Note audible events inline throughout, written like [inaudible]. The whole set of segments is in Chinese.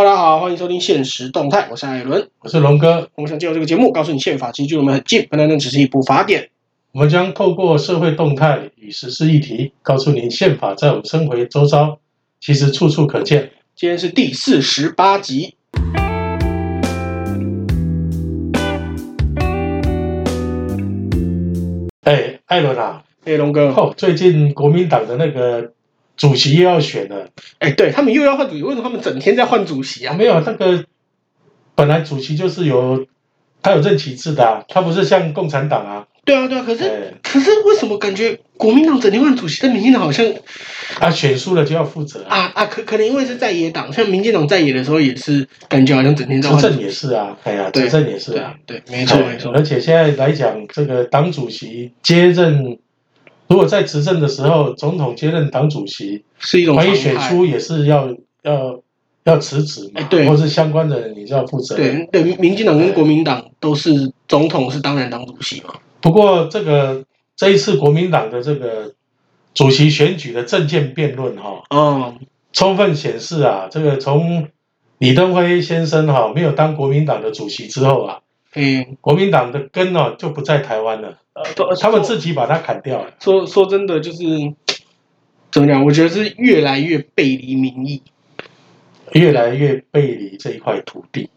欢迎收听《现实动态》，我是艾伦。我是龙哥。我们想借由这个节目，告诉你宪法其实距我们很近，本来呢只是一部法典。我们将透过社会动态与时事议题，告诉您宪法在我们生活周遭其实处处可见。今天是第四十八集。哎，艾伦啊，哎，龙哥，哦，最近国民党的那个主席又要选了，哎，对他们又要换主席，为什么他们整天在换主席啊、啊？没有那个本来主席就是由他有任期制的、啊，他不是像共产党啊，对啊，对啊，可是哎，可是为什么感觉国民党整天换主席，但民进党好像他、选输了就要负责啊，啊啊，可可能因为是在野党，像民进党在野的时候也是感觉好像整天在执换主政席。也是啊，哎呀，对执政也是对啊啊，，对，没错哎没错，而且现在来讲，这个党主席接任，如果在执政的时候，总统接任党主席，是一种万一常选态出也是要要要辞职嘛哎，对或是相关的人也是要负责。，对对，民进党跟国民党都是总统是当然党主席嘛。不过这个这一次国民党的这个主席选举的政见辩论哈、哦，充分显示啊，这个从李登辉先生哈、没有当国民党的主席之后啊，哎，国民党的根哦就不在台湾了，呃他们自己把它砍掉了。说说真的，就是怎么讲？我觉得是越来越背离民意。越来越背离这一块土地。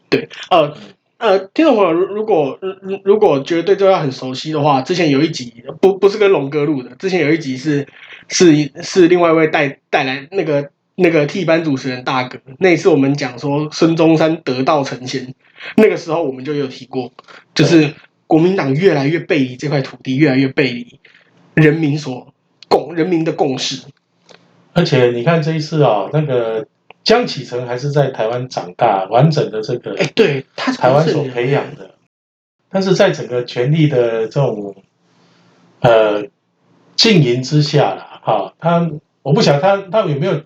呃呃，听众朋友，如如果如如果觉得对这段很熟悉的话，之前有一集不不是跟龙哥录的，之前有一集是是是另外一位带带来那个那个替班主持人大哥，那一次我们讲说孙中山得道成仙，那个时候我们就有提过，就是国民党越来越背离这块土地，越来越背离人民所共人民的共识。而且你看这一次啊、那个江启程还是在台湾长大，完整的这个哎，对，他是台湾本省所人培养的，但是在整个权力的这种呃经营之下啦，哈、他我不想他他有没有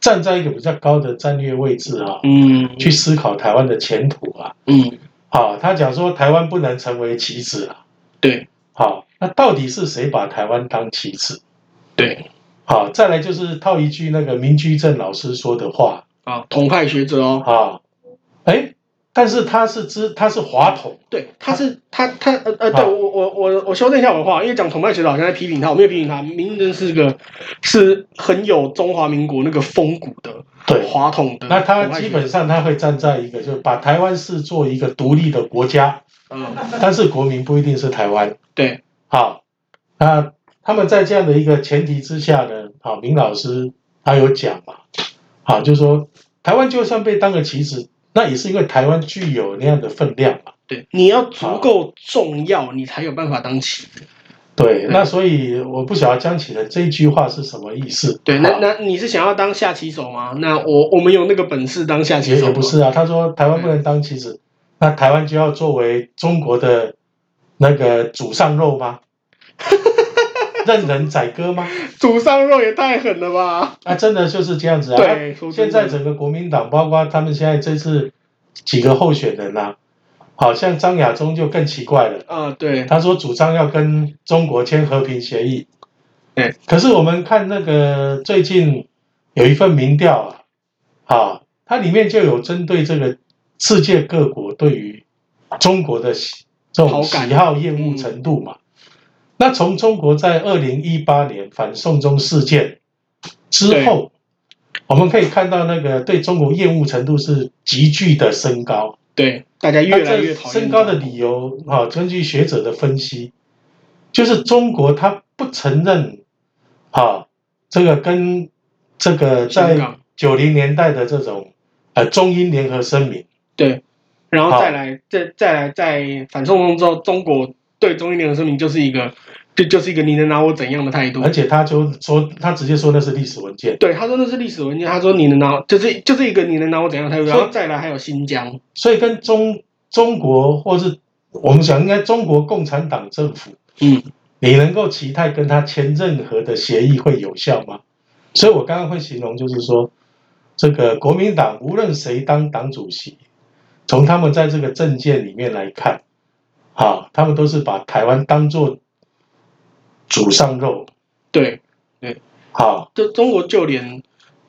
站在一个比较高的战略位置啊，嗯去思考台湾的前途啊，嗯，啊，他讲说台湾不能成为棋子啊，对好、那到底是谁把台湾当棋子？对好，再来就是套一句那个明居正老师说的话啊，统派学者哦，啊，哎，但是他是知他是华统，对，他是他他呃呃，对好我我我我修正一下我的话，因为讲统派学者好像在批评他，我没有批评他，明真是个是很有中华民国那个风骨的对，华统的统那派学者，他基本上他会站在一个就是把台湾视作一个独立的国家，嗯但是国民不一定是台湾。对好，那他们在这样的一个前提之下呢，好，明老师他有讲嘛，好，就说台湾就算被当个棋子，那也是因为台湾具有那样的分量嘛。对，你要足够重要，你才有办法当棋子。对，对那所以我不晓得江启程这一句话是什么意思。对，那啊那你是想要当下棋手吗？那我我们有那个本事当下棋也手也吗不是啊，他说台湾不能当棋嗯子，那台湾就要作为中国的那个祖上 [laughs] 肉吗？任人宰割吗？祖上肉也太狠了吧？啊，真的就是这样子啊。对，说那真现的在整个国民党，包括他们现在这次几个候选人啊，好像张亚中就更奇怪了。啊，对他说主张要跟中国签和平协议。对，可是我们看那个最近有一份民调啊，啊，它里面就有针对这个世界各国对于中国的喜这好种感喜好、厌恶程度嘛。那从中国在二零一八年反送中事件之后，我们可以看到那个对中国厌恶程度是急剧的升高。对，大家越来越它讨厌这升高的理由啊，根据学者的分析，就是中国它不承认啊，这个跟这个香在港九零年代的这种呃中英联合声明，对，然后好再来，再再来，在反送中之后，中国对中英联合声明就是一个，就就是一个你能拿我怎样的态度而。且他就说他直接说那是历史文件，对，他说那是历史文件，他说你能拿我，就是就是一个你能拿我怎样的态度。所然以后再来还有新疆，所以跟中中国或是我们想应该中国共产党政府，嗯，你能够期待跟他签任何的协议会有效吗？所以我刚刚会形容，就是说，这个国民党无论谁当党主席，从他们在这个政见里面来看，啊，他们都是把台湾当做祖上肉，对，啊，就中国就连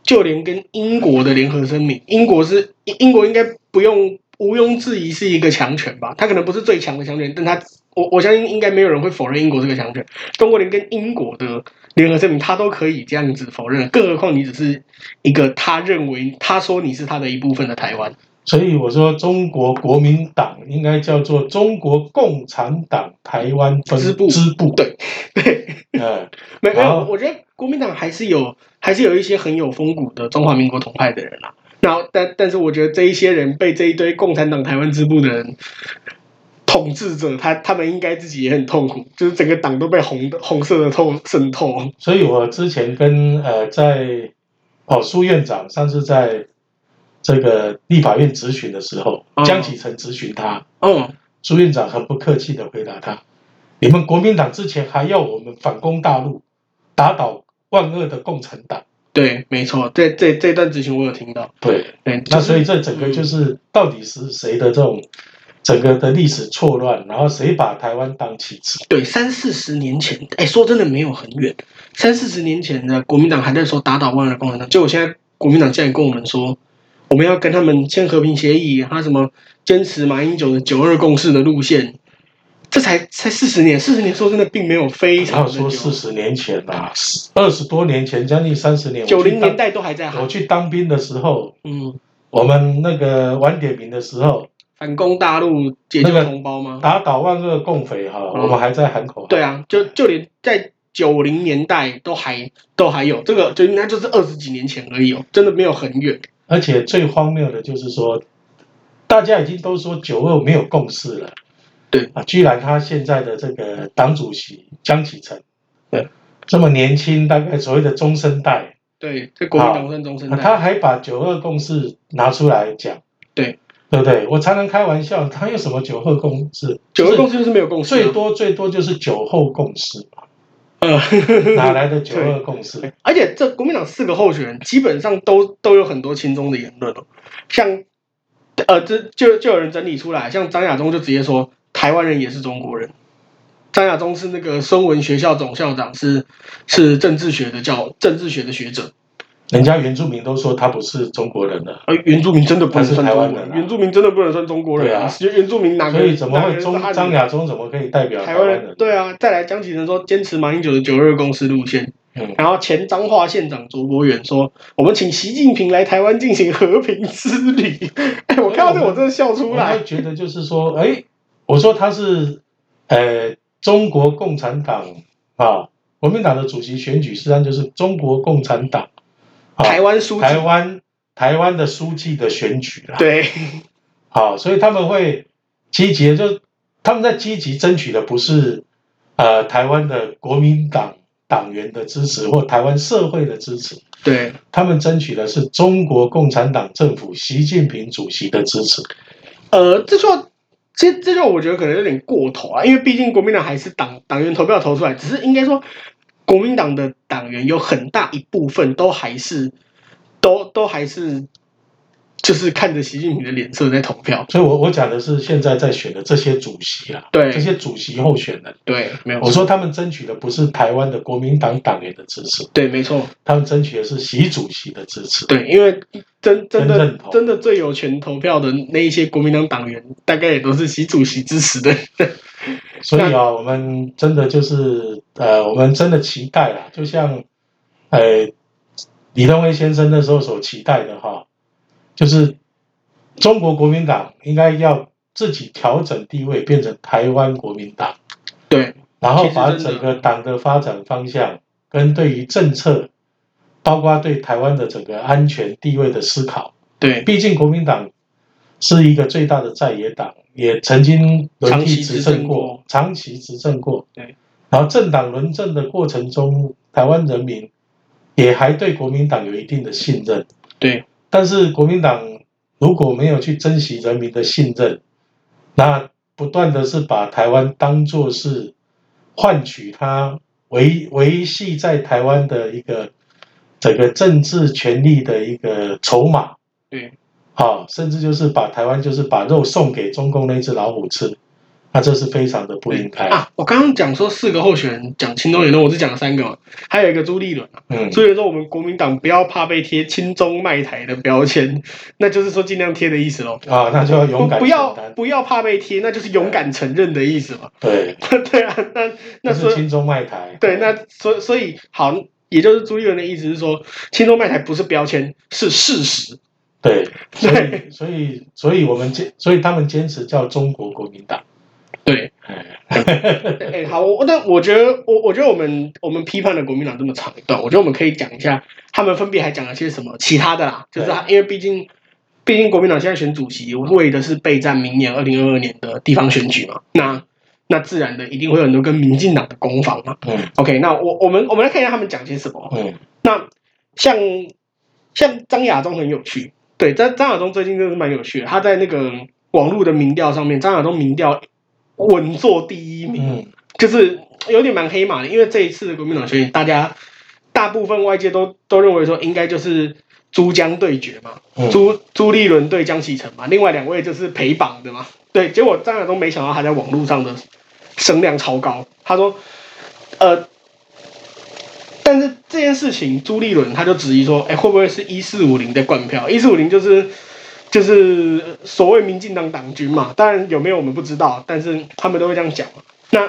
就连跟英国的联合声明，英国是英英国应该不用毋庸置疑是一个强权吧？他可能不是最强的强权，但他我我相信应该没有人会否认英国是个强权。中国连跟英国的联合声明，他都可以这样子否认，更何况你只是一个他认为他说你是他的一部分的台湾。所以我说，中国国民党应该叫做中国共产党台湾分支部支部，对对，嗯，没没有好，我觉得国民党还是有，还是有一些很有风骨的中华民国统派的人啦、啊然后，但但是我觉得这一些人被这一堆共产党台湾支部的人统治者，他他们应该自己也很痛苦，就是整个党都被红的红色的透渗透。所以我之前跟呃在哦苏院长上次在这个立法院质询的时候哦，江启臣质询他，嗯，苏院长很不客气的回答他：“你们国民党之前还要我们反攻大陆，打倒万恶的共产党。对，没错，这这这段咨询我有听到。”对，对，嗯就那是所以这整个就是到底是谁的这种整个的历史错乱，然后谁把台湾当棋子？对三四十年前，哎，说真的没有很远，三四十年前的国民党还在说打倒万恶共产党，结果现在国民党竟然跟我们说，我们要跟他们签和平协议，他什么坚持马英九的九二共识的路线，这才才四十年，四十年说真的并没有非不要常的久说，四十年前啦、二十多年前，将近三十年。我去九零当年，代都还在我喊，去当兵的时候，嗯，我们那个晚点名的时候，反攻大陆解救那个同胞吗？打倒万恶共匪哈，嗯我们还在喊口号。对啊，就就连在九零年代都还都还有这个，就应该就是二十几年前而已哦，真的没有很远，而且最荒谬的就是说，大家已经都说九二没有共识了，对啊，居然他现在的这个党主席江启臣，对，这么年轻，大概所谓的中生代，对，这国民党算中生啊代。他还把九二共识拿出来讲，对，对不对？我常常开玩笑，他有什么九二共识？九二共识就是没有共识、啊，最多最多就是九后共识嘛，呃，哪来的九二 [laughs] 共识？而且这国民党四个候选人基本上都都有很多亲中的言论哦，像呃，这就就有人整理出来，像张亚中就直接说台湾人也是中国人。张亚中是那个孙文学校总校长，是是政治学的教政治学的学者。人家原住民都说他不是中国人了，而呃原住民真的不能算中他是台国湾人，人啊原住民真的不能算中国人对啊其实原住民哪个所以怎么哪个会人中是汉人张亚中怎么可以代表台台湾湾人人？对啊，再来江启臣说坚持马英九的九二共识路线，嗯然后前彰化县长卓伯远说，我们请习近平来台湾进行和平之旅。 [laughs] 哎，我看到这个我真的笑出我来会。觉得就是说，哎，我说他是呃中国共产党啊，国民党的主席选举实际上就是中国共产党啊台湾书记台湾台湾的书记的选举啦，对，啊，所以他们会积极地就他们在积极争取的不是呃台湾的国民党党员的支持或台湾社会的支持，对，他们争取的是中国共产党政府习近平主席的支持。呃，这就这这就我觉得可能有点过头啊，因为毕竟国民党还是党党员投票投出来，只是应该说国民党的党员有很大一部分都还是都都还是就是看着习近平的脸色在投票。所以我我讲的是现在在选的这些主席啊，对这些主席候选人，对，没有我说他们争取的不是台湾的国民党党员的支持，对，没错。他们争取的是习主席的支持。对，因为真真真的正投真的最有权投票的那一些国民党党员，大概也都是习主席支持的。所以啊，我们真的就是呃，我们真的期待啦，就像呃李登辉先生那时候所期待的哈，就是中国国民党应该要自己调整地位，变成台湾国民党。对，然后把其实真的整个党的发展方向跟对于政策，包括对台湾的整个安全地位的思考。对，毕竟国民党是一个最大的在野党，也曾经轮替执政过，长期执政过。对，然后政党轮政的过程中，台湾人民也还对国民党有一定的信任。对，但是国民党如果没有去珍惜人民的信任，那不断的是把台湾当作是换取他维维系在台湾的一个整个政治权力的一个筹码。对，啊，甚至就是把台湾就是把肉送给中共那只老虎吃，那这是非常的不应该。啊，我刚刚讲说四个候选人讲亲中言论，我只讲了三个嘛，还有一个朱立伦啊。嗯，所以说我们国民党不要怕被贴亲中卖台的标签，那就是说尽量贴的意思喽。啊，那就要勇敢不不要承担。不要怕被贴，那就是勇敢承认的意思嘛。 [laughs] 对，对啊，那那那所是以轻中卖台。对那所所以好，也就是朱立伦的意思是说，亲中卖台不是标签，是事实。对，所对以所以所以我们坚，所以他们坚持叫中国国民党。对，哎哎、好，我但我觉得我我觉得我们我们批判了国民党这么长一段，我觉得我们可以讲一下他们分别还讲了些什么其他的啦，就是他因为毕竟毕竟国民党现在选主席，我为的是备战明年二零二二年的地方选举嘛，那那自然的一定会有很多跟民进党的攻防嘛。嗯 OK，那我我们我们来看一下他们讲些什么。嗯，那像像张亚中很有趣，对，张张亚中最近真的是蛮有趣的。他在那个网络的民调上面，张亚中民调稳坐第一名，嗯就是有点蛮黑马的。因为这一次的国民党选举，大家大部分外界都都认为说应该就是朱江对决嘛，嗯朱朱立伦对江启臣嘛，另外两位就是陪绑的嘛。对，结果张亚中没想到他在网络上的声量超高，他说，呃，但是这件事情朱立伦他就质疑说，哎，会不会是一四五零在灌票？一四五零就是就是呃所谓民进党党军嘛，当然有没有我们不知道，但是他们都会这样讲嘛。那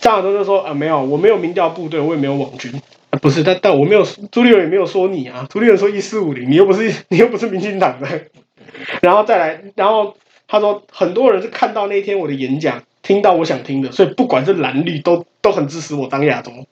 张亚中就说，呃，没有，我没有民调部队，我也没有网军。啊不是，但但我没有朱立伦也没有说你啊，朱立伦说一四五零，你又不是你又不是民进党的， [laughs] 然后再来，然后他说很多人是看到那天我的演讲，听到我想听的，所以不管是蓝绿都都很支持我当亚中。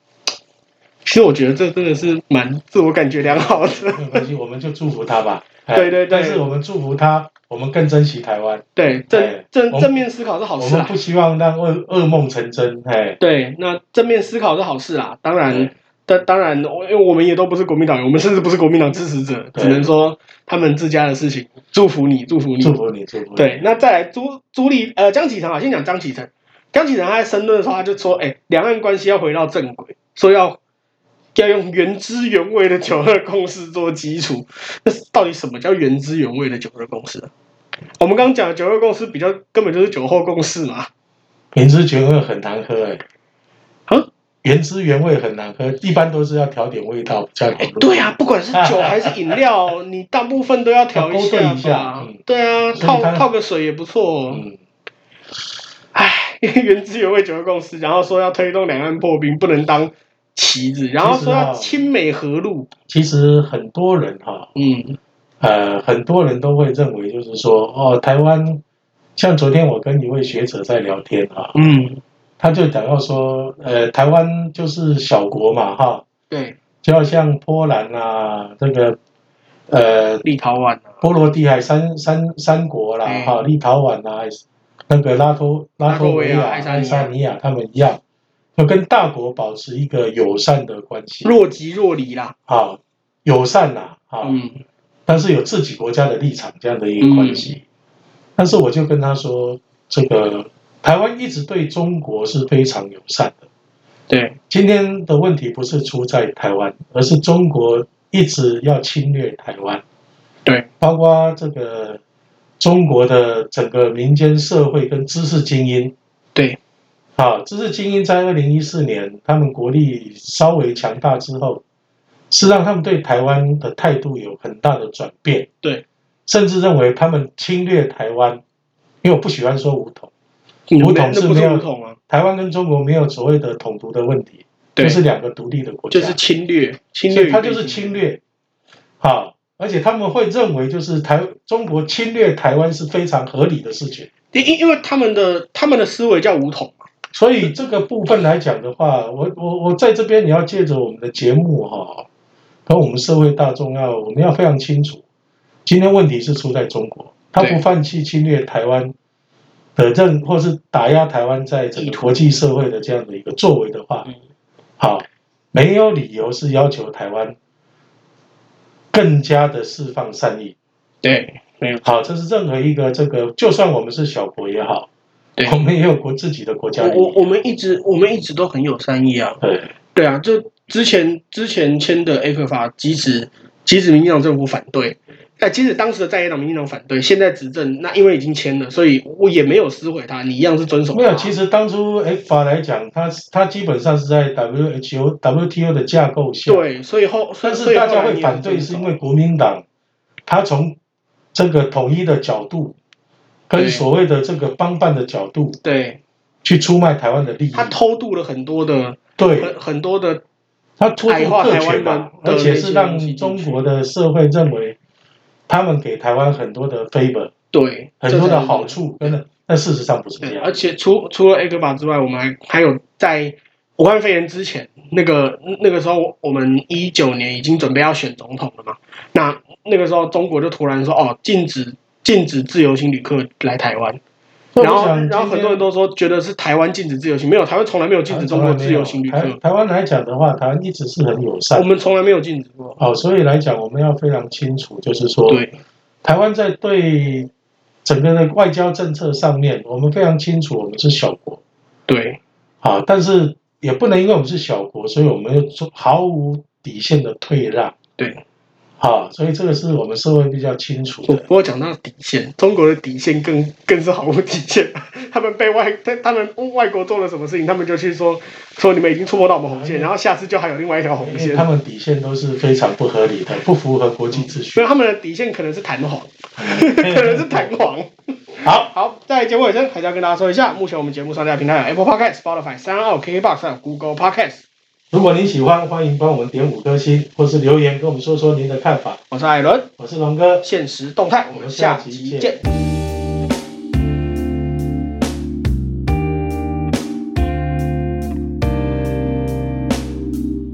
其实我觉得这真的是蛮自我感觉良好的， [laughs] 没有关系，我们就祝福他吧。哎对对对但是我们祝福他，我们更珍惜台湾，对，正哎正我们正面思哦考是啊好我事们啦不。希望让噩噩梦成真。哎，对，那正面思考是好事啦。当然对，但当然，我因为我们也都不是国民党员，我们甚至不是国民党支持者，对只能说他们自家的事情。祝福你，祝福你，祝福你，祝福你。对，那再来朱朱立呃江启臣啊，先讲江启臣。江启臣他在申论的时候，他就说，哎、两岸关系要回到正轨，说要要用原汁原味的九二共识做基础。那到底什么叫原汁原味的九二共识呢？我们刚刚讲的九二共识比较根本就是酒后共识嘛。原汁原味很难喝哎、啊，原汁原味很难喝，一般都是要调点味道比较好哎、喝。对啊，不管是酒还是饮 [laughs] 料，你大部分都要调一勾兑一下吧嗯。对啊，所以泡他泡个水也不错。嗯，唉， [laughs] 因为原汁原味九二共识，然后说要推动两岸破冰，不能当棋子，然后说要亲美和路，其实很多人哈、嗯，呃，很多人都会认为就是说，哦，台湾，像昨天我跟一位学者在聊天啊，嗯，他就讲到说，呃，台湾就是小国嘛哈、对，就要像波兰啊，这个呃立陶宛啊，波罗的海三三三国啦，嗯哈、立陶宛啊，还是那个拉脱拉脱拉脱维维亚亚、爱沙尼亚爱沙尼亚，他们一样，要跟大国保持一个友善的关系，若即若离啦，啊，友善呐、啊，啊，嗯，但是有自己国家的立场这样的一个关系。但是我就跟他说，这个台湾一直对中国是非常友善的。对，今天的问题不是出在台湾，而是中国一直要侵略台湾。对，包括这个中国的整个民间社会跟知识精英。对，啊，知识精英在二零一四年他们国力稍微强大之后，是让他们对台湾的态度有很大的转变。对，甚至认为他们侵略台湾，因为我不喜欢说武统，那武那统是不没是有武统啊，台湾跟中国没有所谓的统独的问题，对这是两个独立的国家，就是侵略，侵所略，以它就是侵，略，好，而且他们会认为就是台中国侵略台湾是非常合理的事情，因因因为他们的他们的思维叫武统嘛，所以这个部分来讲的话，我我我在这边你要借着我们的节目哈，跟我们社会大众要我们要非常清楚，今天问题是出在中国，他对不放弃侵略台湾。的任或是打压台湾在整意个图国际社会的这样的一个作为的话，嗯，好，没有理由是要求台湾更加的释放善意。对，没有，好，这是任何一个这个，就算我们是小国也好对，我们也有国自己的国家我利我益。我们一直我们一直都很有善意啊，对，对啊，就之前之前签的 A 克法，即使即使民进党政府反对，呃，即使当时的在野党、民进党反对，现在执政，那因为已经签了，所以我也没有撕毁它，你一样是遵守它。没有，其实当初 F 法来讲，它它基本上是在 WHO、WTO 的架构下，对，所以后，但所是以后来大家会你也反对，是遵因守为国民党他从这个统一的角度，对跟所谓的这个帮办的角度对去出卖台湾的利益，他偷渡了很多的对很很多的他脱矮离化特台湾权嘛，的而且是那让些东西进去中国的社会认为他们给台湾很多的 favor，对很这多才的是好处，真的，但事实上不是这对，样而。且除除了 A 克法之外，我们还还有在武汉肺炎之前，那个那个时候我们一九年已经准备要选总统了嘛，那那个时候中国就突然说哦，禁止禁止自由行旅客来台湾，所以然我后想今然后很多人天都说觉得是台湾禁止自由行，没有，台湾从来没有禁止中国自由行旅台客，嗯台湾来讲的话，台湾一直是很友善我。们从来没有禁止过。好，所以来讲，我们要非常清楚，就是说，对台湾在对整个的外交政策上面，我们非常清楚，我们是小国对啊，但是也不能因为我们是小国，所以我们又做毫无底线的退让对，啊，所以这个是我们社会比较清楚不的。过讲到底线，中国的底线更更是毫无底线。 [laughs] 他们被外他他们外国做了什么事情，他们就去说说你们已经触摸到我们红线，然后下次就还有另外一条红因为线嗯他。们底线都是非常不合理的，不符合国际秩所序以。他们的底线可能是弹簧， [laughs] 嗯可能是弹簧。好，好，在节目尾声还是要跟大家说一下，目前我们节目上架平台有 Apple Podcast、Spotify、三二 KKBox 还有 Google Podcast。如果您喜欢，欢迎帮我们点五颗星，或是留言跟我们说说您的看法。我是艾伦，我是龙哥，现实动态，我们下我们集下集见见。